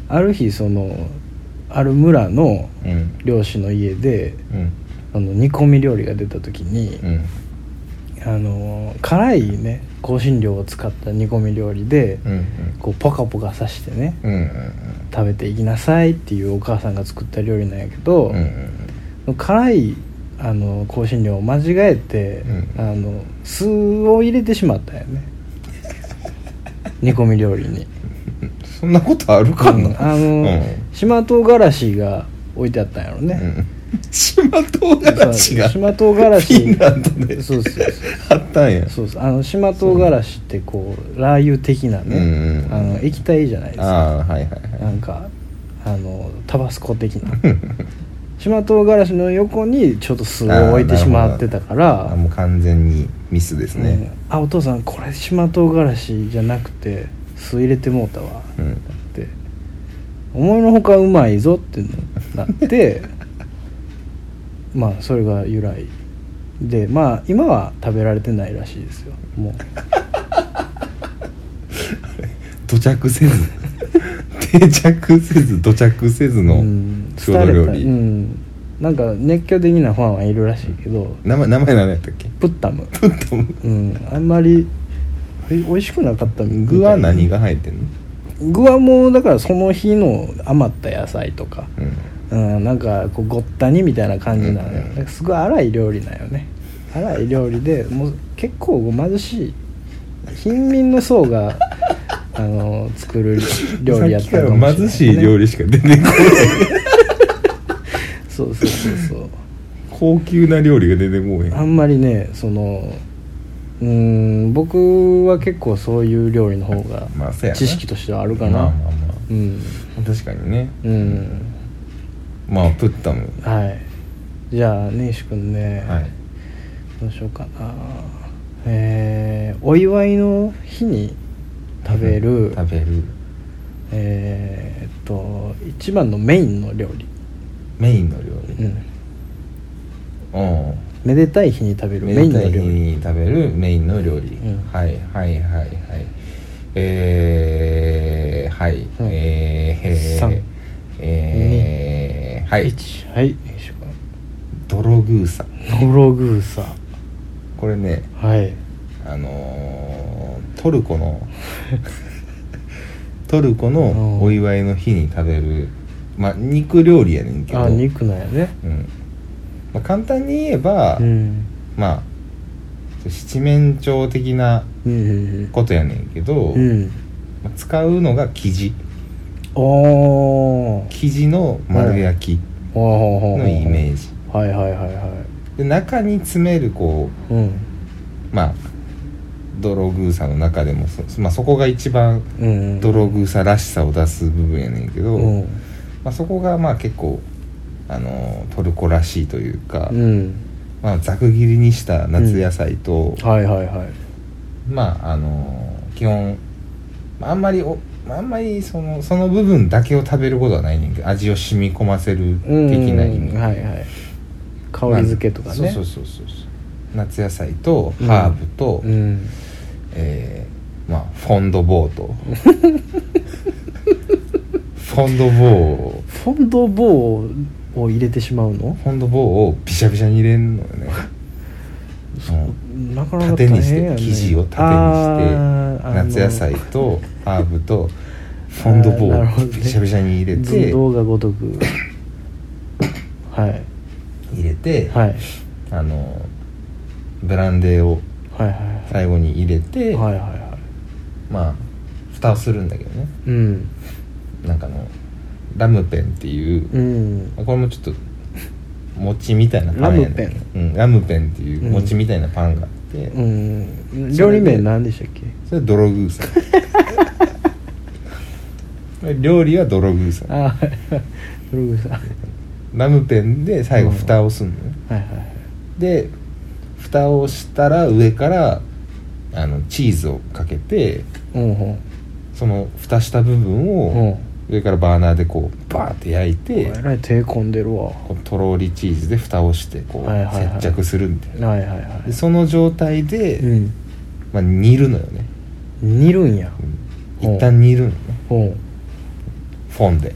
[SPEAKER 1] ある日そのある村の
[SPEAKER 2] うん
[SPEAKER 1] 漁師の家で
[SPEAKER 2] うん
[SPEAKER 1] あの煮込み料理が出た時に、
[SPEAKER 2] うん
[SPEAKER 1] あの辛いね香辛料を使った煮込み料理で、
[SPEAKER 2] うん
[SPEAKER 1] こうポカポカさしてね、
[SPEAKER 2] うんうん
[SPEAKER 1] 食べていきなさいっていうお母さんが作った料理なんやけど、
[SPEAKER 2] うん
[SPEAKER 1] 辛いあの香辛料を間違えて、
[SPEAKER 2] うん
[SPEAKER 1] あの酢を入れてしまったんやね
[SPEAKER 2] <laughs>
[SPEAKER 1] 煮込み料理に、
[SPEAKER 2] うんそんなことあるか
[SPEAKER 1] うん
[SPEAKER 2] な
[SPEAKER 1] あの、島唐辛子が置いてあったんやろ
[SPEAKER 2] う
[SPEAKER 1] ね、
[SPEAKER 2] ん島唐辛子が
[SPEAKER 1] 島唐辛子
[SPEAKER 2] フィンランドで
[SPEAKER 1] そうそうそう
[SPEAKER 2] あったんや
[SPEAKER 1] そうそうあの島唐辛子ってこうラー油的なね、
[SPEAKER 2] うんうん
[SPEAKER 1] あの液体じゃないですか
[SPEAKER 2] ああはいはいはい
[SPEAKER 1] なんかあのタバスコ的な島唐辛子の横にちょっと酢を置いてしまってたか
[SPEAKER 2] あ
[SPEAKER 1] ら
[SPEAKER 2] もう完全にミスですね
[SPEAKER 1] うんあお父さんこれ島唐辛子じゃなくて酢入れてもうたわ」
[SPEAKER 2] うん
[SPEAKER 1] って思いのほかうまいぞってなって <laughs> まあそれが由来でまあ今は食べられてないらしいですよもう
[SPEAKER 2] 土着せず
[SPEAKER 1] <laughs>
[SPEAKER 2] 定着せず土着せずの
[SPEAKER 1] うん
[SPEAKER 2] 郷土料
[SPEAKER 1] 廃れ
[SPEAKER 2] 理、
[SPEAKER 1] たうんなんか熱狂的なファンはいるらしいけど
[SPEAKER 2] 名前名前何やったっけ
[SPEAKER 1] プッタム
[SPEAKER 2] プットム
[SPEAKER 1] うんあんまりえ美味しくなかったみたい
[SPEAKER 2] 具は何が入ってんの
[SPEAKER 1] 具はもうだからその日の余った野菜とか、
[SPEAKER 2] うん
[SPEAKER 1] うん、なんかこうごったにみたいな感じなのよ、
[SPEAKER 2] うん
[SPEAKER 1] なんかすごい荒い料理なんよね
[SPEAKER 2] <laughs>
[SPEAKER 1] 荒い料理でもう結構貧しい貧民の層があの作る料
[SPEAKER 2] さ
[SPEAKER 1] 理や
[SPEAKER 2] っ
[SPEAKER 1] っ
[SPEAKER 2] き
[SPEAKER 1] たの
[SPEAKER 2] から
[SPEAKER 1] かもれな
[SPEAKER 2] 貧しい料
[SPEAKER 1] 理
[SPEAKER 2] 理しか出てこない
[SPEAKER 1] <laughs> そうそうそうそう
[SPEAKER 2] 高級な料理が出てこうへ
[SPEAKER 1] あ
[SPEAKER 2] ん
[SPEAKER 1] んまりねそのうーん僕は結構そういう料理の方が
[SPEAKER 2] まあそうやな
[SPEAKER 1] 知識としてはあるか
[SPEAKER 2] まあ
[SPEAKER 1] な
[SPEAKER 2] まあま
[SPEAKER 1] うん
[SPEAKER 2] あ確かにね
[SPEAKER 1] うん
[SPEAKER 2] まあプッタム
[SPEAKER 1] はいじゃあねいし君ね、
[SPEAKER 2] はい
[SPEAKER 1] どうしようかなえーお祝いの日に食べる
[SPEAKER 2] 食べる
[SPEAKER 1] えーっと一番のメインの料理、
[SPEAKER 2] メインの料理
[SPEAKER 1] うん、
[SPEAKER 2] うん
[SPEAKER 1] めでたい日に食べる
[SPEAKER 2] メ
[SPEAKER 1] メイ
[SPEAKER 2] イ
[SPEAKER 1] ン
[SPEAKER 2] ン
[SPEAKER 1] の
[SPEAKER 2] の
[SPEAKER 1] 料
[SPEAKER 2] 料
[SPEAKER 1] 理
[SPEAKER 2] 理に食べるメインの
[SPEAKER 1] うん
[SPEAKER 2] 料理、はいはいはいはいえー、はい、
[SPEAKER 1] うん
[SPEAKER 2] えー、
[SPEAKER 1] 三
[SPEAKER 2] えー、はい
[SPEAKER 1] 一はいよいしょ
[SPEAKER 2] ドログーサ
[SPEAKER 1] ドログーサ
[SPEAKER 2] これね
[SPEAKER 1] はい
[SPEAKER 2] あのー、トルコ
[SPEAKER 1] <laughs>
[SPEAKER 2] のトルコのお祝いの日に食べるまあ肉料理やねんけど
[SPEAKER 1] あ肉なんやね
[SPEAKER 2] うんまあ、簡単に言えば、
[SPEAKER 1] うん
[SPEAKER 2] まあ七面鳥的な
[SPEAKER 1] うんうん
[SPEAKER 2] ことやねんけど、
[SPEAKER 1] うんうん
[SPEAKER 2] まあ使うのが生地
[SPEAKER 1] おー
[SPEAKER 2] 生地の丸焼き
[SPEAKER 1] ほ
[SPEAKER 2] のイメージ、
[SPEAKER 1] ーはいはいはいは
[SPEAKER 2] で中に詰めるこ
[SPEAKER 1] いうん
[SPEAKER 2] うまあドログーサの中でもそ,、まあ、そこが一番
[SPEAKER 1] うん
[SPEAKER 2] ドログーサらしさを出す部分やねんけど、
[SPEAKER 1] うん
[SPEAKER 2] まあ、そこがまあ結構あのトルコらしいというか、
[SPEAKER 1] うん
[SPEAKER 2] まあ、ざく切りにした夏野菜と、
[SPEAKER 1] はいはいはい
[SPEAKER 2] まああの基本まああんまりおまああんまりそのその部分だけを食べることはないねんけど味を染み込ませる的な意味、
[SPEAKER 1] うんはいはい香り付けとかね、
[SPEAKER 2] まあそうそうそうそう夏野菜とハーブと、
[SPEAKER 1] うん
[SPEAKER 2] えーまあフォンドボー
[SPEAKER 1] <laughs>
[SPEAKER 2] とフォンドボーを
[SPEAKER 1] フォンドボーを入れてしまうの
[SPEAKER 2] フォンドボーをビシャビシャに入れんのよね、うん
[SPEAKER 1] なかなか
[SPEAKER 2] 縦
[SPEAKER 1] 大
[SPEAKER 2] にし
[SPEAKER 1] 変や
[SPEAKER 2] て
[SPEAKER 1] ね
[SPEAKER 2] 生地を縦
[SPEAKER 1] あーあの
[SPEAKER 2] にして夏野菜とハーブとフォンドボ
[SPEAKER 1] あーなるほ
[SPEAKER 2] ー
[SPEAKER 1] ど
[SPEAKER 2] を
[SPEAKER 1] ね
[SPEAKER 2] びしゃびしゃに入れて
[SPEAKER 1] 動画ごとくはい
[SPEAKER 2] 入れて、
[SPEAKER 1] はい
[SPEAKER 2] あのブランデーを
[SPEAKER 1] はいは
[SPEAKER 2] 最後に入れて、
[SPEAKER 1] いはいはいはいは
[SPEAKER 2] まあ蓋をするんだけどね
[SPEAKER 1] いうん
[SPEAKER 2] なんかあのラムペンっていう、
[SPEAKER 1] うん
[SPEAKER 2] これもちょっと餅みたいなパンやね
[SPEAKER 1] ラム
[SPEAKER 2] うん、ラムペンっていう餅みたいなパンがあって、
[SPEAKER 1] うん
[SPEAKER 2] そ
[SPEAKER 1] 料
[SPEAKER 2] れで
[SPEAKER 1] 理名何でしたっけ
[SPEAKER 2] それドログーサ料理はドログーサ
[SPEAKER 1] ああログさんは
[SPEAKER 2] ラムペンで最後蓋をすんのね、
[SPEAKER 1] いはいはい
[SPEAKER 2] で蓋をしたら上からあのチーズをかけて
[SPEAKER 1] うんうん
[SPEAKER 2] その蓋した部分
[SPEAKER 1] うん
[SPEAKER 2] を上からバーナーでこうバーって焼いて、
[SPEAKER 1] えらい手込んでるわは
[SPEAKER 2] こうとろりチーズで蓋をしてこう、
[SPEAKER 1] はいはいはい
[SPEAKER 2] 接着するみたい
[SPEAKER 1] い
[SPEAKER 2] な
[SPEAKER 1] はいは
[SPEAKER 2] でその状態で、
[SPEAKER 1] いうん
[SPEAKER 2] まあ、煮るのよね、
[SPEAKER 1] 煮るんや
[SPEAKER 2] うん
[SPEAKER 1] ほう
[SPEAKER 2] 一旦煮るのね
[SPEAKER 1] ほう
[SPEAKER 2] フォンで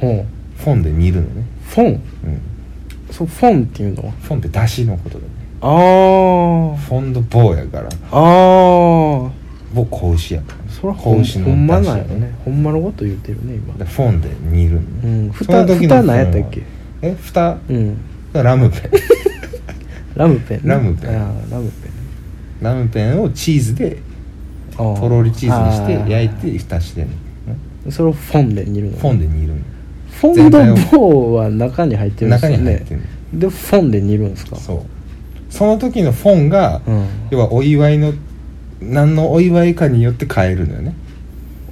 [SPEAKER 1] ほう
[SPEAKER 2] フォンで煮るのね、
[SPEAKER 1] フォン
[SPEAKER 2] うん、
[SPEAKER 1] そうフォンっていうのは
[SPEAKER 2] フォンって出汁のことだね
[SPEAKER 1] あ
[SPEAKER 2] フォンドボーやから
[SPEAKER 1] あああ
[SPEAKER 2] ボー子牛やから
[SPEAKER 1] それは
[SPEAKER 2] 子
[SPEAKER 1] ほん
[SPEAKER 2] 牛の
[SPEAKER 1] ほんま
[SPEAKER 2] 出
[SPEAKER 1] なん
[SPEAKER 2] 汁
[SPEAKER 1] よ
[SPEAKER 2] や
[SPEAKER 1] ねほんまのこと言ってるね
[SPEAKER 2] で
[SPEAKER 1] 今
[SPEAKER 2] フォンで煮るの
[SPEAKER 1] う
[SPEAKER 2] ね
[SPEAKER 1] ん
[SPEAKER 2] その
[SPEAKER 1] 蓋
[SPEAKER 2] 時の
[SPEAKER 1] 蓋なんやっ
[SPEAKER 2] フォン
[SPEAKER 1] た
[SPEAKER 2] は
[SPEAKER 1] っけ
[SPEAKER 2] え蓋
[SPEAKER 1] うん <laughs>
[SPEAKER 2] ラムペ
[SPEAKER 1] ラムペンね
[SPEAKER 2] ラムペン
[SPEAKER 1] あーラムペン
[SPEAKER 2] ンラムペンをチーズで
[SPEAKER 1] あー
[SPEAKER 2] とろりチーズにし
[SPEAKER 1] あ
[SPEAKER 2] て
[SPEAKER 1] ー
[SPEAKER 2] 焼いて蓋してんのね
[SPEAKER 1] それをフォンで煮るの
[SPEAKER 2] フォンで煮るの
[SPEAKER 1] フォンドボーは中に入ってるんです
[SPEAKER 2] 中
[SPEAKER 1] よ
[SPEAKER 2] に
[SPEAKER 1] ね
[SPEAKER 2] 入ってる
[SPEAKER 1] でフォンで煮るんですか
[SPEAKER 2] そうその時のフォンが
[SPEAKER 1] うん
[SPEAKER 2] 要はお祝いの何のお祝いかによって変えるのよね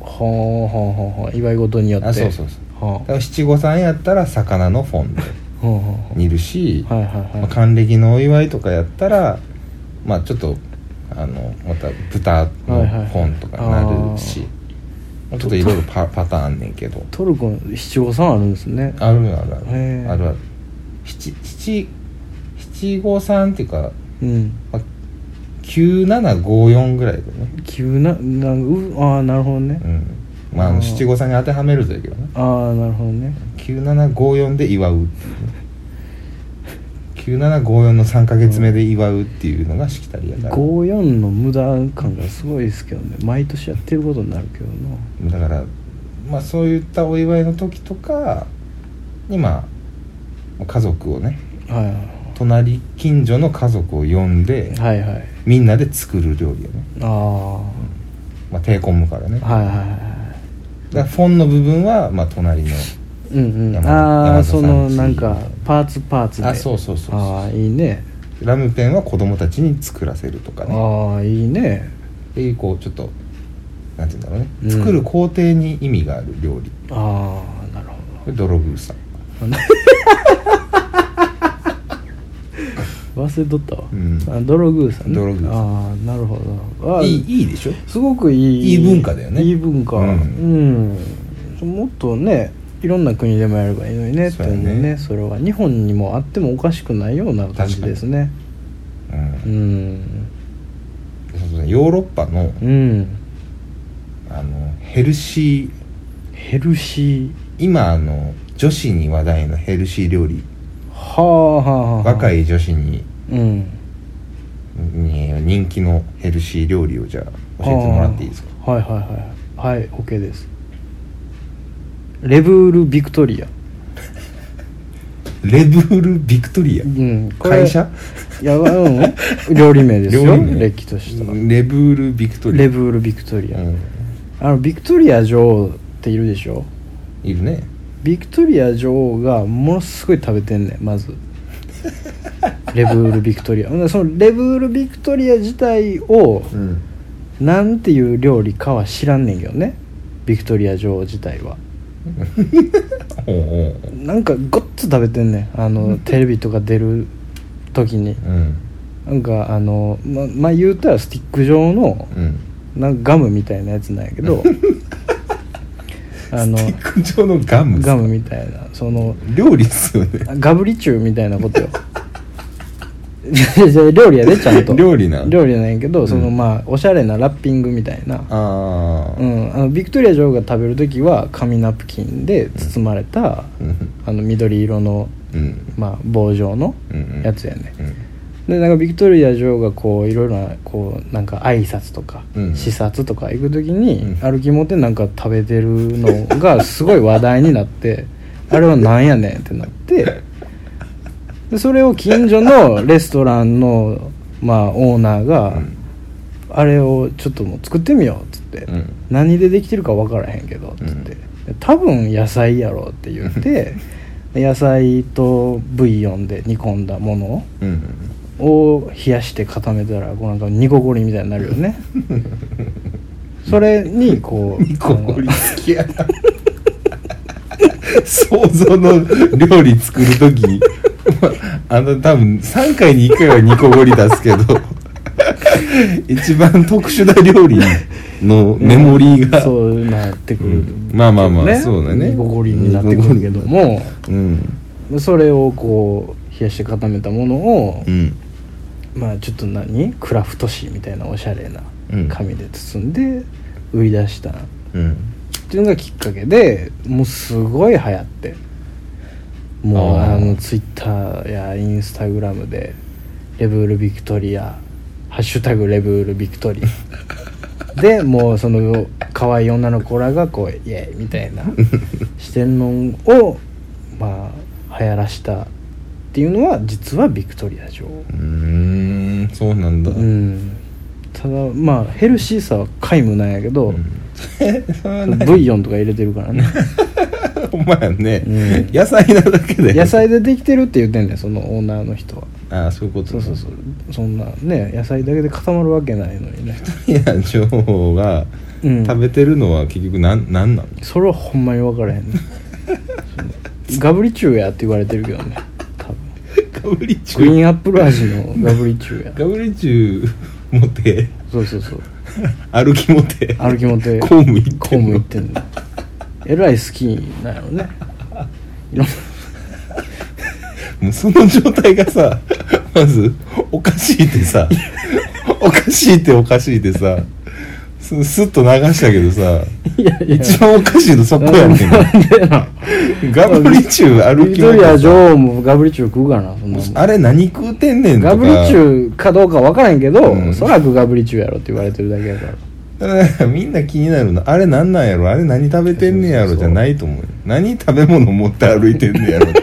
[SPEAKER 1] ほうほうほうほう祝い事によって
[SPEAKER 2] あそうそうそう
[SPEAKER 1] は
[SPEAKER 2] だ
[SPEAKER 1] あ
[SPEAKER 2] から七五三やったら魚のフォンで
[SPEAKER 1] ほうほうほう
[SPEAKER 2] 煮るし
[SPEAKER 1] はいはい
[SPEAKER 2] まあ
[SPEAKER 1] はい
[SPEAKER 2] 還暦のお祝いとかやったらまあちょっとあのまた豚のフォンとかなるし、
[SPEAKER 1] はい
[SPEAKER 2] まあちょっといろいろパパターンあんねんけど
[SPEAKER 1] トルコの七五三あるんですね
[SPEAKER 2] あるあるあ
[SPEAKER 1] へ
[SPEAKER 2] る
[SPEAKER 1] ー
[SPEAKER 2] あるある七七七五三っていうか、
[SPEAKER 1] うん
[SPEAKER 2] まあ、9754ぐらいだね
[SPEAKER 1] 急ななんかうああなるほどね、
[SPEAKER 2] うんまああ
[SPEAKER 1] う
[SPEAKER 2] の
[SPEAKER 1] ん
[SPEAKER 2] 七五三に当てはめるとやけどね
[SPEAKER 1] ああなるほどね
[SPEAKER 2] 9754で祝うっていうね9754の3か月目で祝うっていうのがしきたりやから
[SPEAKER 1] 54の無駄感がすごいですけどね毎年やってることになるけどな
[SPEAKER 2] だからまあそういったお祝いの時とかにまあ家族をね
[SPEAKER 1] はい
[SPEAKER 2] 隣近所の家族を呼んで、
[SPEAKER 1] はいはいはい
[SPEAKER 2] みんなで作る料理よね
[SPEAKER 1] ああ、
[SPEAKER 2] まあ、手込むからね、だか
[SPEAKER 1] はいはいは
[SPEAKER 2] らフォンの部分は、まあ、隣の
[SPEAKER 1] いうんうん
[SPEAKER 2] 山
[SPEAKER 1] あ
[SPEAKER 2] 山
[SPEAKER 1] あ
[SPEAKER 2] 田さ
[SPEAKER 1] そ
[SPEAKER 2] んち
[SPEAKER 1] のなんかパーツパーツで
[SPEAKER 2] あそうそうそうそう
[SPEAKER 1] ああいいね
[SPEAKER 2] ラムペンは子供たちに作らせるとかね
[SPEAKER 1] ああいいね
[SPEAKER 2] っていうこうちょっとなんて言うんだろうね、
[SPEAKER 1] うん
[SPEAKER 2] 作る工程に意味がある料理
[SPEAKER 1] ああなるほ
[SPEAKER 2] で泥ブーさん
[SPEAKER 1] ど忘れとったわ、
[SPEAKER 2] うん
[SPEAKER 1] あドログーさんね
[SPEAKER 2] ドログーさ
[SPEAKER 1] ああなるほどあー
[SPEAKER 2] いいいいでしょ
[SPEAKER 1] すごくいい
[SPEAKER 2] いい文化だよね
[SPEAKER 1] いい文化う、
[SPEAKER 2] うん
[SPEAKER 1] もっとねいろんな国でもやればいいのにねって
[SPEAKER 2] そう
[SPEAKER 1] 思
[SPEAKER 2] や
[SPEAKER 1] う
[SPEAKER 2] ね
[SPEAKER 1] ねそれは日本にもあってもおかしくないような感じですね
[SPEAKER 2] う
[SPEAKER 1] うんん
[SPEAKER 2] そうそうヨーロッパの
[SPEAKER 1] うん
[SPEAKER 2] あのヘルシー
[SPEAKER 1] ヘルシー
[SPEAKER 2] 今あの女子に話題のヘルシー料理
[SPEAKER 1] はあはあはあ
[SPEAKER 2] 若
[SPEAKER 1] い
[SPEAKER 2] い女子に
[SPEAKER 1] うん
[SPEAKER 2] に人気のヘルシー料理をじゃあ教えてもらっていいですか
[SPEAKER 1] あーはいはいはいはい OK ですレブール・ビクトリア、
[SPEAKER 2] レブール・ビクトリア
[SPEAKER 1] うん、これ
[SPEAKER 2] 会社
[SPEAKER 1] いやばうん料理名ですよ
[SPEAKER 2] 料理名
[SPEAKER 1] れっきとした
[SPEAKER 2] レブール・ビクトリア
[SPEAKER 1] レブール・ビクトリア、
[SPEAKER 2] うん
[SPEAKER 1] あのビクトリア女王っているでしょ
[SPEAKER 2] いるね
[SPEAKER 1] ビクトリア女王がものすごい食べてんねんま
[SPEAKER 2] <laughs>
[SPEAKER 1] ずレブール・ビクトリアほんでそのレブール・ビクトリア自体を
[SPEAKER 2] うん
[SPEAKER 1] なんていう料理かは知らんねんけどねビクトリア女王自体は
[SPEAKER 2] おうおう
[SPEAKER 1] なんかごっつ食べてんねんあのテレビとか出る時に
[SPEAKER 2] うん
[SPEAKER 1] なんかあのままあ言うたらスティック状の
[SPEAKER 2] うん
[SPEAKER 1] なんかガムみたいなやつなんやけど
[SPEAKER 2] <laughs>
[SPEAKER 1] あの
[SPEAKER 2] スティック状のガム
[SPEAKER 1] ガムみたいなその
[SPEAKER 2] 料理っすよね
[SPEAKER 1] ガブリチューみたいなことよ <laughs> いやいや料理やでちゃんと
[SPEAKER 2] 料理なん
[SPEAKER 1] 料理やないけど、その
[SPEAKER 2] うん
[SPEAKER 1] まあおしゃれなラッピングみたいな
[SPEAKER 2] ああ
[SPEAKER 1] うん、あのビクトリア女王が食べる時は紙ナプキンで包まれた、
[SPEAKER 2] うん
[SPEAKER 1] あの緑色の、
[SPEAKER 2] うん
[SPEAKER 1] まあ、棒状の
[SPEAKER 2] うん
[SPEAKER 1] やつやね、
[SPEAKER 2] うん
[SPEAKER 1] でなんかビクトリア女王がこういろいろなこうなんか挨拶とか、
[SPEAKER 2] うん
[SPEAKER 1] 視察とか行く時に、
[SPEAKER 2] うん
[SPEAKER 1] 歩きもてなんか食べてるのが
[SPEAKER 2] <laughs>
[SPEAKER 1] すごい話題になってあれはなんやねんってな
[SPEAKER 2] <laughs>
[SPEAKER 1] ってでそれを近所のレストランの、まあ、オーナーが、
[SPEAKER 2] うん
[SPEAKER 1] あれをちょっともう作ってみようっつって、
[SPEAKER 2] うん
[SPEAKER 1] 何でできてるか分からへんけどっつって、で多分野菜やろうって言
[SPEAKER 2] <laughs>
[SPEAKER 1] ってで野菜とブイヨンで煮込んだもの
[SPEAKER 2] うん
[SPEAKER 1] を冷やして固めたらこうなんか煮こごりみたいになるよ
[SPEAKER 2] <laughs>
[SPEAKER 1] ねそれにこう
[SPEAKER 2] 煮こごり好きやな想像の料理作る時にあの多分3回に1回は煮こごり出すけど一番特殊な料理のメモリー
[SPEAKER 1] あの
[SPEAKER 2] が
[SPEAKER 1] そうなってくる、
[SPEAKER 2] うんまあまあまあそうだね
[SPEAKER 1] 煮こごりになってくるけども
[SPEAKER 2] うん
[SPEAKER 1] それをこう冷やして固めたものを、
[SPEAKER 2] うん
[SPEAKER 1] まあちょっと何クラフト紙みたいなおしゃれな
[SPEAKER 2] うん
[SPEAKER 1] 紙で包んで売り出したっ
[SPEAKER 2] うん
[SPEAKER 1] ていうのがきっかけでもうすごい流行ってもう
[SPEAKER 2] あ
[SPEAKER 1] あ
[SPEAKER 2] ー
[SPEAKER 1] のツイッターやインスタグラムで「レブールビクトリア」「ハッシュタグレブールビクト
[SPEAKER 2] <laughs>
[SPEAKER 1] リア」でもうその可愛い女の子らがこう「イエーイ!」みた
[SPEAKER 2] <laughs>
[SPEAKER 1] いなしてんのをまあ流行らしたっていうのは実はビクトリア女王。
[SPEAKER 2] うーんそうなんだ、
[SPEAKER 1] うんただまあヘルシーさは皆無なんやけど、ブイヨンとか入れてるから
[SPEAKER 2] <laughs>
[SPEAKER 1] ね
[SPEAKER 2] お前やね、
[SPEAKER 1] うん
[SPEAKER 2] 野菜なだけで
[SPEAKER 1] 野菜でできてるって言ってんねんそのオーナーの人は
[SPEAKER 2] ああそういうこと
[SPEAKER 1] そうそうそうそんなね野菜だけで固まるわけないのにね、
[SPEAKER 2] いや女王が
[SPEAKER 1] うん、
[SPEAKER 2] 食べてるのは結局なんなんなの
[SPEAKER 1] それはほんまに分からへんねそのガブリチューやって言われてるけどね多分
[SPEAKER 2] ガブリチ
[SPEAKER 1] グリ
[SPEAKER 2] ュ
[SPEAKER 1] ー
[SPEAKER 2] ー
[SPEAKER 1] ンアップル味のガブリチュー
[SPEAKER 2] <laughs> ガ
[SPEAKER 1] や
[SPEAKER 2] ブリチュー持って <laughs>
[SPEAKER 1] そうそうそう
[SPEAKER 2] 歩き持って
[SPEAKER 1] 歩き持って
[SPEAKER 2] 公務行ってんの
[SPEAKER 1] 公務行ってんのえらい好きなんやろねいろんな
[SPEAKER 2] もうその状態がさまずおかしいってさおかしいっておかしいってさすスッと流したけどさ
[SPEAKER 1] いやいや
[SPEAKER 2] 一番おかしいのそこや
[SPEAKER 1] <laughs>
[SPEAKER 2] ねん
[SPEAKER 1] なんでな
[SPEAKER 2] ガブリチュー歩
[SPEAKER 1] ビ
[SPEAKER 2] き
[SPEAKER 1] クト
[SPEAKER 2] 持
[SPEAKER 1] リア
[SPEAKER 2] ってさ
[SPEAKER 1] 女王もガブリチュー食うかなそんなもん
[SPEAKER 2] あれ何食うてんねんと
[SPEAKER 1] ガ
[SPEAKER 2] か
[SPEAKER 1] ブリチューかどうか分からへんけど、
[SPEAKER 2] うん
[SPEAKER 1] そらくガブリチューやろって言われてるだけやから
[SPEAKER 2] だから <laughs> みんな気になるのあれなんなんやろあれ何食べてんねやろじゃないと思うよ何食べ物持って <laughs> 歩いてんねやろって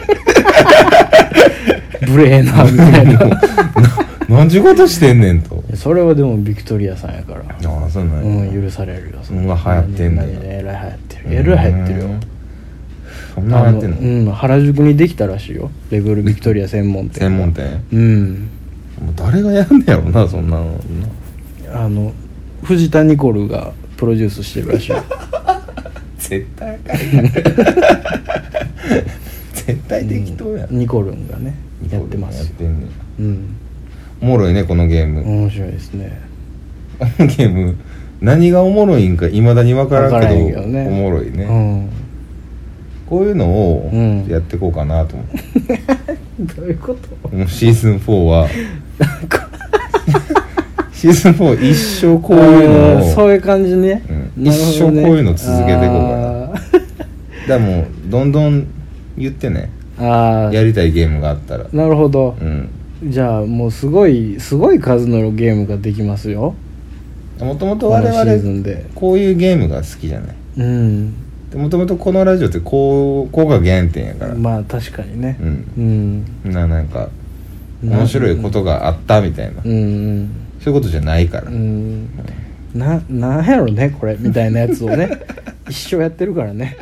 [SPEAKER 2] <laughs>
[SPEAKER 1] 無礼なみたいな
[SPEAKER 2] な何ちゅうことしてんねんと
[SPEAKER 1] いやそれはでもビクトリアさんやから
[SPEAKER 2] ああそうなんや
[SPEAKER 1] うん許されるよ
[SPEAKER 2] そんな流行ってんだ
[SPEAKER 1] ねえらい流行ってるえらい流行ってるよ
[SPEAKER 2] うんそんな流行ってんの
[SPEAKER 1] あうん原宿にできたらしいよレブルビクトリア専門店
[SPEAKER 2] 専門店
[SPEAKER 1] うん
[SPEAKER 2] もう誰がやんねやろなそんなの
[SPEAKER 1] あの藤田ニコルがプロデュースしてるらし
[SPEAKER 2] <laughs>
[SPEAKER 1] いよ
[SPEAKER 2] 絶対あかん
[SPEAKER 1] <laughs>
[SPEAKER 2] やん絶対適当やん
[SPEAKER 1] うんニコルンがねやってます
[SPEAKER 2] や
[SPEAKER 1] よ
[SPEAKER 2] ってんねん
[SPEAKER 1] うん
[SPEAKER 2] おもろいねこのゲーム、
[SPEAKER 1] 面白いですね
[SPEAKER 2] この <laughs> ゲーム何がおもろいんかいまだに分からんけど
[SPEAKER 1] 分からんけどね
[SPEAKER 2] おもろいね、
[SPEAKER 1] う
[SPEAKER 2] こういうのを
[SPEAKER 1] うん
[SPEAKER 2] やっていこうかなと思って、
[SPEAKER 1] んどういうこと
[SPEAKER 2] もうシーズン4は
[SPEAKER 1] <laughs>
[SPEAKER 2] シーズン4一生こういうのを
[SPEAKER 1] そういう感じね
[SPEAKER 2] うん
[SPEAKER 1] なるほどね
[SPEAKER 2] 一生こういうの続けていこうか
[SPEAKER 1] あ
[SPEAKER 2] だからもうどんどん言ってね
[SPEAKER 1] ーあー
[SPEAKER 2] やりたいゲームがあったら
[SPEAKER 1] なるほど
[SPEAKER 2] うん
[SPEAKER 1] じゃあもうすごいすごい数のゲームができますよ
[SPEAKER 2] もともと
[SPEAKER 1] この
[SPEAKER 2] 我
[SPEAKER 1] シーズ
[SPEAKER 2] 々
[SPEAKER 1] ンで
[SPEAKER 2] こういうゲームが好きじゃない
[SPEAKER 1] うん
[SPEAKER 2] もともとこのラジオってこうこうが原点やから、
[SPEAKER 1] まあ確かにね
[SPEAKER 2] うん
[SPEAKER 1] うん
[SPEAKER 2] ななんか面白いことがあったみたいな、
[SPEAKER 1] うん
[SPEAKER 2] そういうことじゃないから、
[SPEAKER 1] うんうんな
[SPEAKER 2] <laughs>
[SPEAKER 1] なんやろねこれみたいなやつをね一生やってるからね